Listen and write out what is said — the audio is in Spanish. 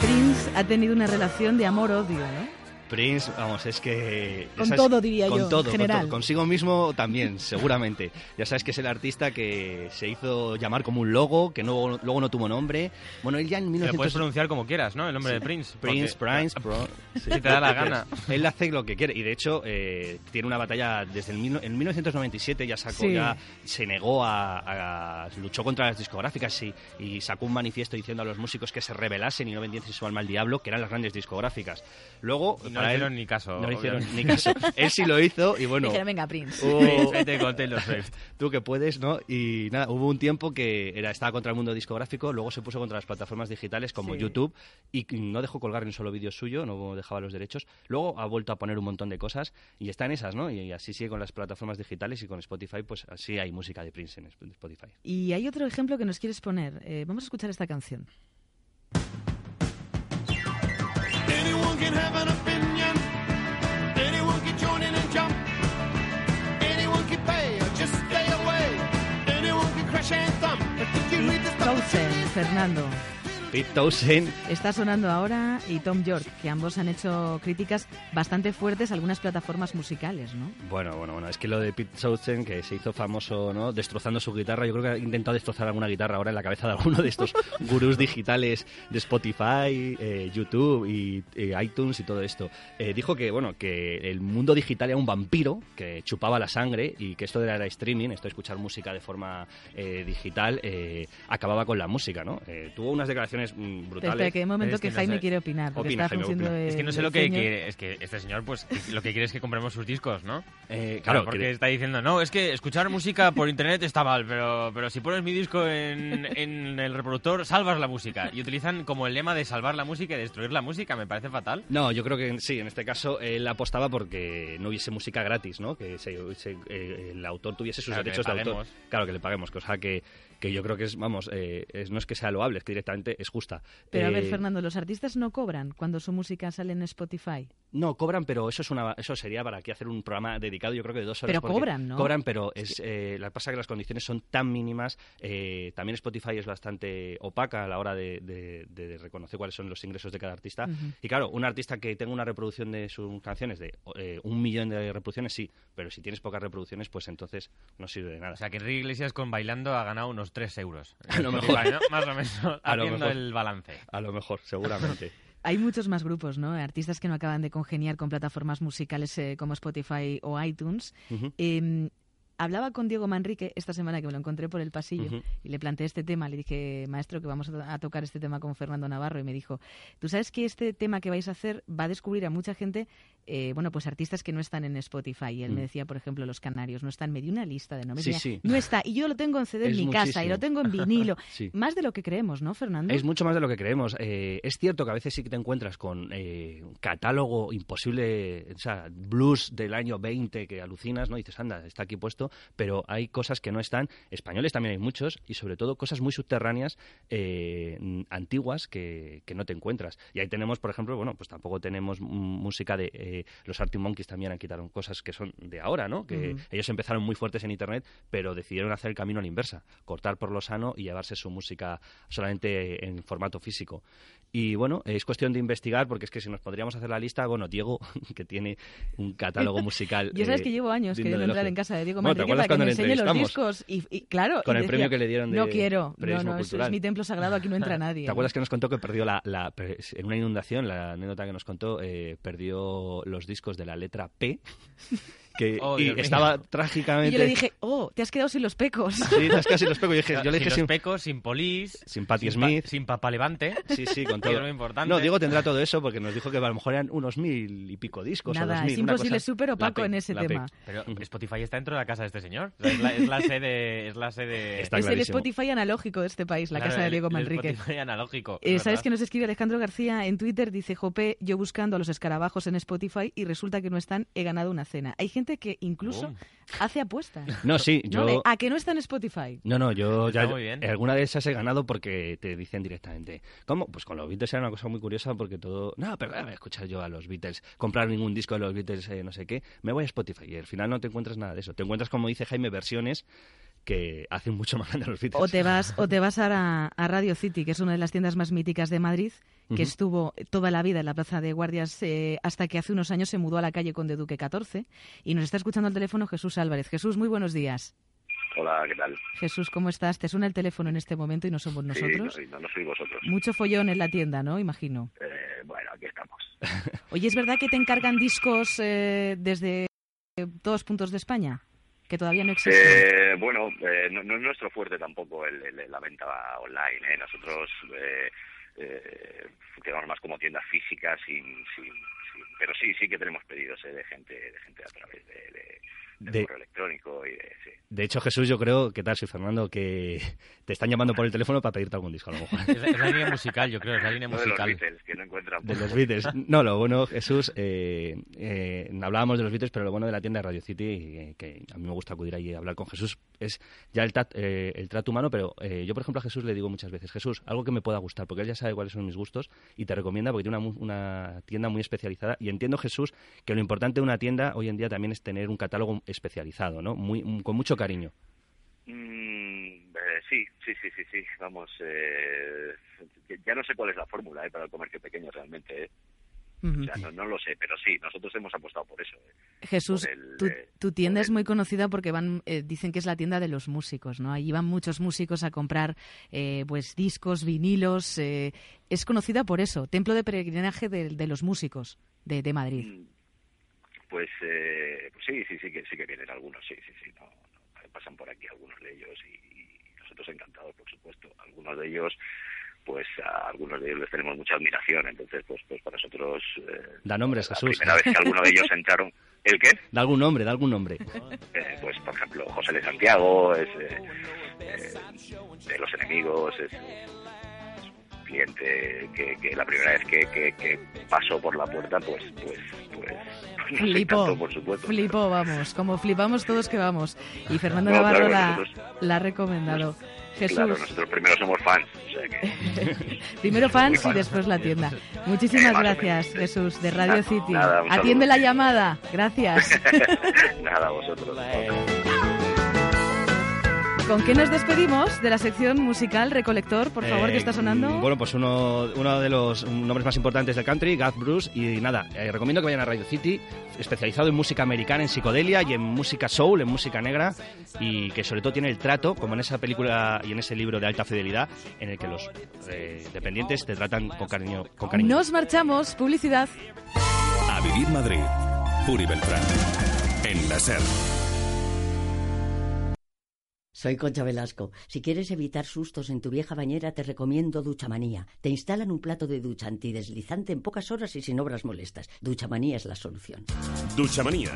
Prince ha tenido una relación de amor-odio, ¿no? Prince, vamos, es que... ya Con todo, diría con yo, en Todo, con general. todo, consigo mismo también, seguramente. Ya sabes que es el artista que se hizo llamar como un logo, que no, luego no tuvo nombre. Bueno, él ya en Lo puedes 1900... pronunciar como quieras, ¿no? El nombre de Prince. Prince, porque- Prince, Pro... Si te da la gana. Él hace lo que quiere y de hecho eh, tiene una batalla desde el mil- en 1997 ya sacó Sí. ya se negó a, a- luchó contra las discográficas y, y sacó un manifiesto diciendo a los músicos que se rebelasen y no vendiesen su alma al diablo que eran las grandes discográficas. Luego Y no para le él- hicieron ni caso. no le hicieron obviamente. ni caso. Él sí lo hizo y bueno. Dijeron, venga, Prince. hubo- Prince, vete con Taylor Swift. tú que puedes, ¿no? Y nada, hubo un tiempo que era, estaba contra el mundo discográfico, luego se puso contra las plataformas digitales como Sí. YouTube y no dejó colgar ni un solo vídeo suyo, no dejaba los derechos. Luego ha vuelto a poner un montón de cosas y está en esas, ¿no? Y, así sigue con las plataformas digitales y con Spotify, pues así hay música de Prince en Sp- Spotify. Y hay otro ejemplo que nos quieres poner. Eh, vamos a escuchar esta canción. Anyone can have an opinion. Anyone can join in and jump. Anyone can pay or just stay away. Anyone can crash and thump. But did you read this Townsend, Fernando. Pete Townshend Está sonando ahora y Tom York, que ambos han hecho críticas bastante fuertes a algunas plataformas musicales, ¿no? Bueno, bueno, bueno, es que lo de Pete Townshend, que se hizo famoso, ¿no? Destrozando su guitarra, yo creo que ha intentado destrozar alguna guitarra ahora en la cabeza de alguno de estos gurús digitales de Spotify, eh, YouTube y eh, iTunes y todo esto. Eh, dijo que, bueno, que el mundo digital era un vampiro que chupaba la sangre y que esto de la streaming, esto de escuchar música de forma eh, digital, eh, acababa con la música, ¿no? Eh, tuvo unas declaraciones mm, Pero brutales. espera, que hay un momento Es que, que no Jaime sé. quiere opinar, porque Opina, está Jaime, fungiendo opina. de- Es que no sé lo que de ceño. quiere. Es que este señor, pues, lo que quiere es que compremos sus discos, ¿no? Eh, claro, porque que- está diciendo, no, es que escuchar música por internet está mal, pero, pero si pones mi disco en, en el reproductor, salvas la música. Y utilizan como el lema de salvar la música y destruir la música, me parece fatal. No, yo creo que en- sí, en este caso él apostaba porque no hubiese música gratis, ¿no? Que se- se- eh, el autor tuviese sus Claro, que derechos le de autor. paguemos. Claro, que le paguemos, cosa que, que yo creo que es, vamos, eh, es- no es que sea loable, es que directamente es justa. Pero a ver, Eh, Fernando, los artistas no cobran cuando su música sale en Spotify. No, cobran, pero eso es una, eso sería para aquí hacer un programa dedicado, yo creo que de dos horas. Pero porque cobran, ¿no? Cobran, pero es, eh, la pasa que las condiciones son tan mínimas. eh, también Spotify es bastante opaca a la hora de, de- de reconocer cuáles son los ingresos de cada artista. Ujú. Y claro, un artista que tenga una reproducción de sus canciones de eh, un millón de reproducciones, sí, pero si tienes pocas reproducciones, pues entonces no sirve de nada. O sea, que Enrique Iglesias con Bailando ha ganado unos 3 euros. A lo mejor. Spotify, ¿no? Más o menos, A lo haciendo mejor. el balance. a lo mejor, seguramente. Hay muchos más grupos, ¿no? Artistas que no acaban de congeniar con plataformas musicales eh, como Spotify o iTunes. Ujú. Eh, hablaba con Diego Manrique esta semana que me lo encontré por el pasillo Ujú. y le planteé este tema. Le dije, maestro, que vamos a, to- a tocar este tema con Fernando Navarro. Y me dijo, tú sabes que este tema que vais a hacer va a descubrir a mucha gente, eh, bueno, pues artistas que no están en Spotify. Y él me Mm. decía, por ejemplo, Los Canarios no están. Me dio una lista de nombres. Sí, Mira, sí. No está. Y yo lo tengo en CD en Es mi casa y muchísimo. lo tengo en vinilo. Sí. Más de lo que creemos, ¿no, Fernando? Es mucho más de lo que creemos. Eh, es cierto que a veces sí que te encuentras con eh, un catálogo imposible, o sea, blues del año 20 que alucinas, ¿no? Y dices, anda, está aquí puesto, pero hay cosas que no están. Españoles también hay muchos y sobre todo cosas muy subterráneas, eh, mm, antiguas, que, que no te encuentras. Y ahí tenemos, por ejemplo, bueno, pues tampoco tenemos mm, música de... eh, los Arctic Monkeys también han quitado cosas que son de ahora, ¿no? Que Ujú. ellos empezaron muy fuertes en Internet, pero decidieron hacer el camino a la inversa, cortar por lo sano y llevarse su música solamente en formato físico. Y bueno, es cuestión de investigar, porque es que si nos podríamos hacer la lista, bueno, Diego, que tiene un catálogo musical. Yo sabes eh, que llevo años digno queriendo de entrar elogio. en casa de Diego Bueno, ¿te Manrique para acuerdas que me cuando le enseñe los entrevistamos? discos. Y, y claro, Con y el decía, premio que le dieron de No quiero, no, periodismo no, es, cultural. es mi templo sagrado, aquí no entra nadie. ¿Te acuerdas que nos contó que perdió la, la- en una inundación, la anécdota que nos contó, eh, perdió los discos de la letra P, que Oh, y Dios mío. estaba Y trágicamente... yo le dije, oh, te has quedado sin los pecos. Sí, te has casi los pecos. Yo, dije- yo le Sin dije los sin, pecos, sin polis, sin Patti sin, pa- Smith. sin Papá Levante. Sí, sí, con que todo. es lo importante. No, Diego tendrá todo eso porque nos dijo que a lo mejor eran unos mil y pico discos. o Nada, dos mil, es una imposible, cosa- súper la opaco P, en ese la P. tema. Pero Spotify está dentro de la casa de este señor. O sea, es, la, es la sede. Es la sede. Está es el clarísimo. Spotify analógico de este país, la Claro, casa de el- Diego el Manrique. Spotify analógico. Eh, es ¿Sabes verdad. que nos escribe Alejandro García en Twitter? Dice, Jope, yo buscando a los escarabajos en Spotify y resulta que no están, he ganado una cena. Hay gente que incluso Boom. hace apuestas. No, sí, No, Oh. yo... de, ah. a que no está en Spotify. No, no, yo Está ya muy bien. alguna de esas he ganado porque te dicen directamente. ¿Cómo? Pues con los Beatles era una cosa muy curiosa porque todo. No, pero voy a escuchar yo a los Beatles, comprar ningún disco de los Beatles, eh, no sé qué. Me voy a Spotify y al final no te encuentras nada de eso. Te encuentras, como dice Jaime, versiones que hacen mucho más grande a los Beatles. O te vas, o te vas ahora a Radio City, que es una de las tiendas más míticas de Madrid, que Ujú. estuvo toda la vida en la Plaza de Guardias eh, hasta que hace unos años se mudó a la calle Conde Duque 14 y nos está escuchando al teléfono Jesús Álvarez. Jesús, muy buenos días. Hola, ¿qué tal? Jesús, ¿cómo estás? Te suena el teléfono en este momento y no somos Sí, nosotros. no, no, no sois vosotros. Mucho follón en la tienda, ¿no? Imagino. Eh, bueno, aquí estamos. Oye, ¿es verdad que te encargan discos eh, desde eh, todos puntos de España? Que todavía no existen. Eh, bueno, eh, no, no es nuestro fuerte tampoco el- el- la venta online. ¿eh? Nosotros eh, eh, funcionamos más como tiendas físicas, sin, sin, sin- pero sí, sí que tenemos pedidos ¿eh? de gente de gente a través de, de- del De- correo electrónico y de... sí. De hecho, Jesús, yo creo, ¿qué tal? Soy Fernando, que te están llamando por el teléfono para pedirte algún disco, a lo mejor. Es la, es la línea musical, yo creo, es la línea Lo de los musical. Beatles, que no encuentran... De los Beatles. No, lo bueno, Jesús, eh, eh, hablábamos de los Beatles, pero lo bueno de la tienda de Radio City, eh, que a mí me gusta acudir ahí a hablar con Jesús, es ya el, tat- eh, el trato humano, pero eh, yo, por ejemplo, a Jesús le digo muchas veces, Jesús, algo que me pueda gustar, porque él ya sabe cuáles son mis gustos y te recomienda porque tiene una, mu- una tienda muy especializada. Y entiendo, Jesús, que lo importante de una tienda hoy en día también es tener un catálogo especializado, ¿no? Muy, con mucho cariño. Mm, eh, sí, sí, sí, sí, sí, vamos, eh, ya no sé cuál es la fórmula ¿eh? para el comercio pequeño realmente, ¿eh? Ujú. O sea, no, no lo sé, pero sí, nosotros hemos apostado por eso. ¿eh? Jesús, por el, tu, eh, tu tienda por es el- muy conocida porque van, eh, dicen que es la tienda de los músicos, ¿no? Ahí van muchos músicos a comprar eh, pues discos, vinilos. eh, es conocida por eso, templo de peregrinaje de, de los músicos de, de Madrid. Mm, Pues, eh, pues sí, sí, sí que sí que vienen algunos, sí, sí, sí, no, no, pasan por aquí algunos de ellos y, y nosotros encantados, por supuesto. Algunos de ellos, pues a algunos de ellos les tenemos mucha admiración, entonces pues pues para nosotros eh, Da nombres, la Jesús. primera vez que alguno de ellos entraron, ¿el qué? Da algún nombre, da algún nombre. Eh, pues por ejemplo José de Santiago es eh, eh, de los enemigos es, es un cliente que, que la primera vez que, que- que pasó por la puerta pues pues pues no sé tanto, por supuesto flipó, vamos, como flipamos todos que vamos. Y Fernando No, claro, Navarro la- nosotros- la, ha recomendado. Jesús. claro nosotros primero somos fans o sea que Primero fans y después la tienda. Eh, Muchísimas más o gracias, menos. Jesús, de Radio Nada, City. nada, un Atiende la saludo. llamada. Gracias. nada vosotros ¿Con qué nos despedimos de la sección musical Recolector, por favor, Eh, que está sonando? mm, Bueno, pues uno, uno de los nombres más importantes del country, Garth Bruce, y nada, eh, recomiendo que vayan a Radio City, especializado en música americana, en psicodelia y en música soul, en música negra, y que sobre todo tiene el trato, como en esa película y en ese libro de alta fidelidad, en el que los eh, dependientes te tratan con cariño. Con cariño. Nos marchamos, publicidad. A Vivir Madrid. Uri Beltrán. En la SER. Soy Concha Velasco. Si quieres evitar sustos en tu vieja bañera, te recomiendo Duchamanía. Te instalan un plato de ducha antideslizante en pocas horas y sin obras molestas. Duchamanía es la solución. Duchamanía.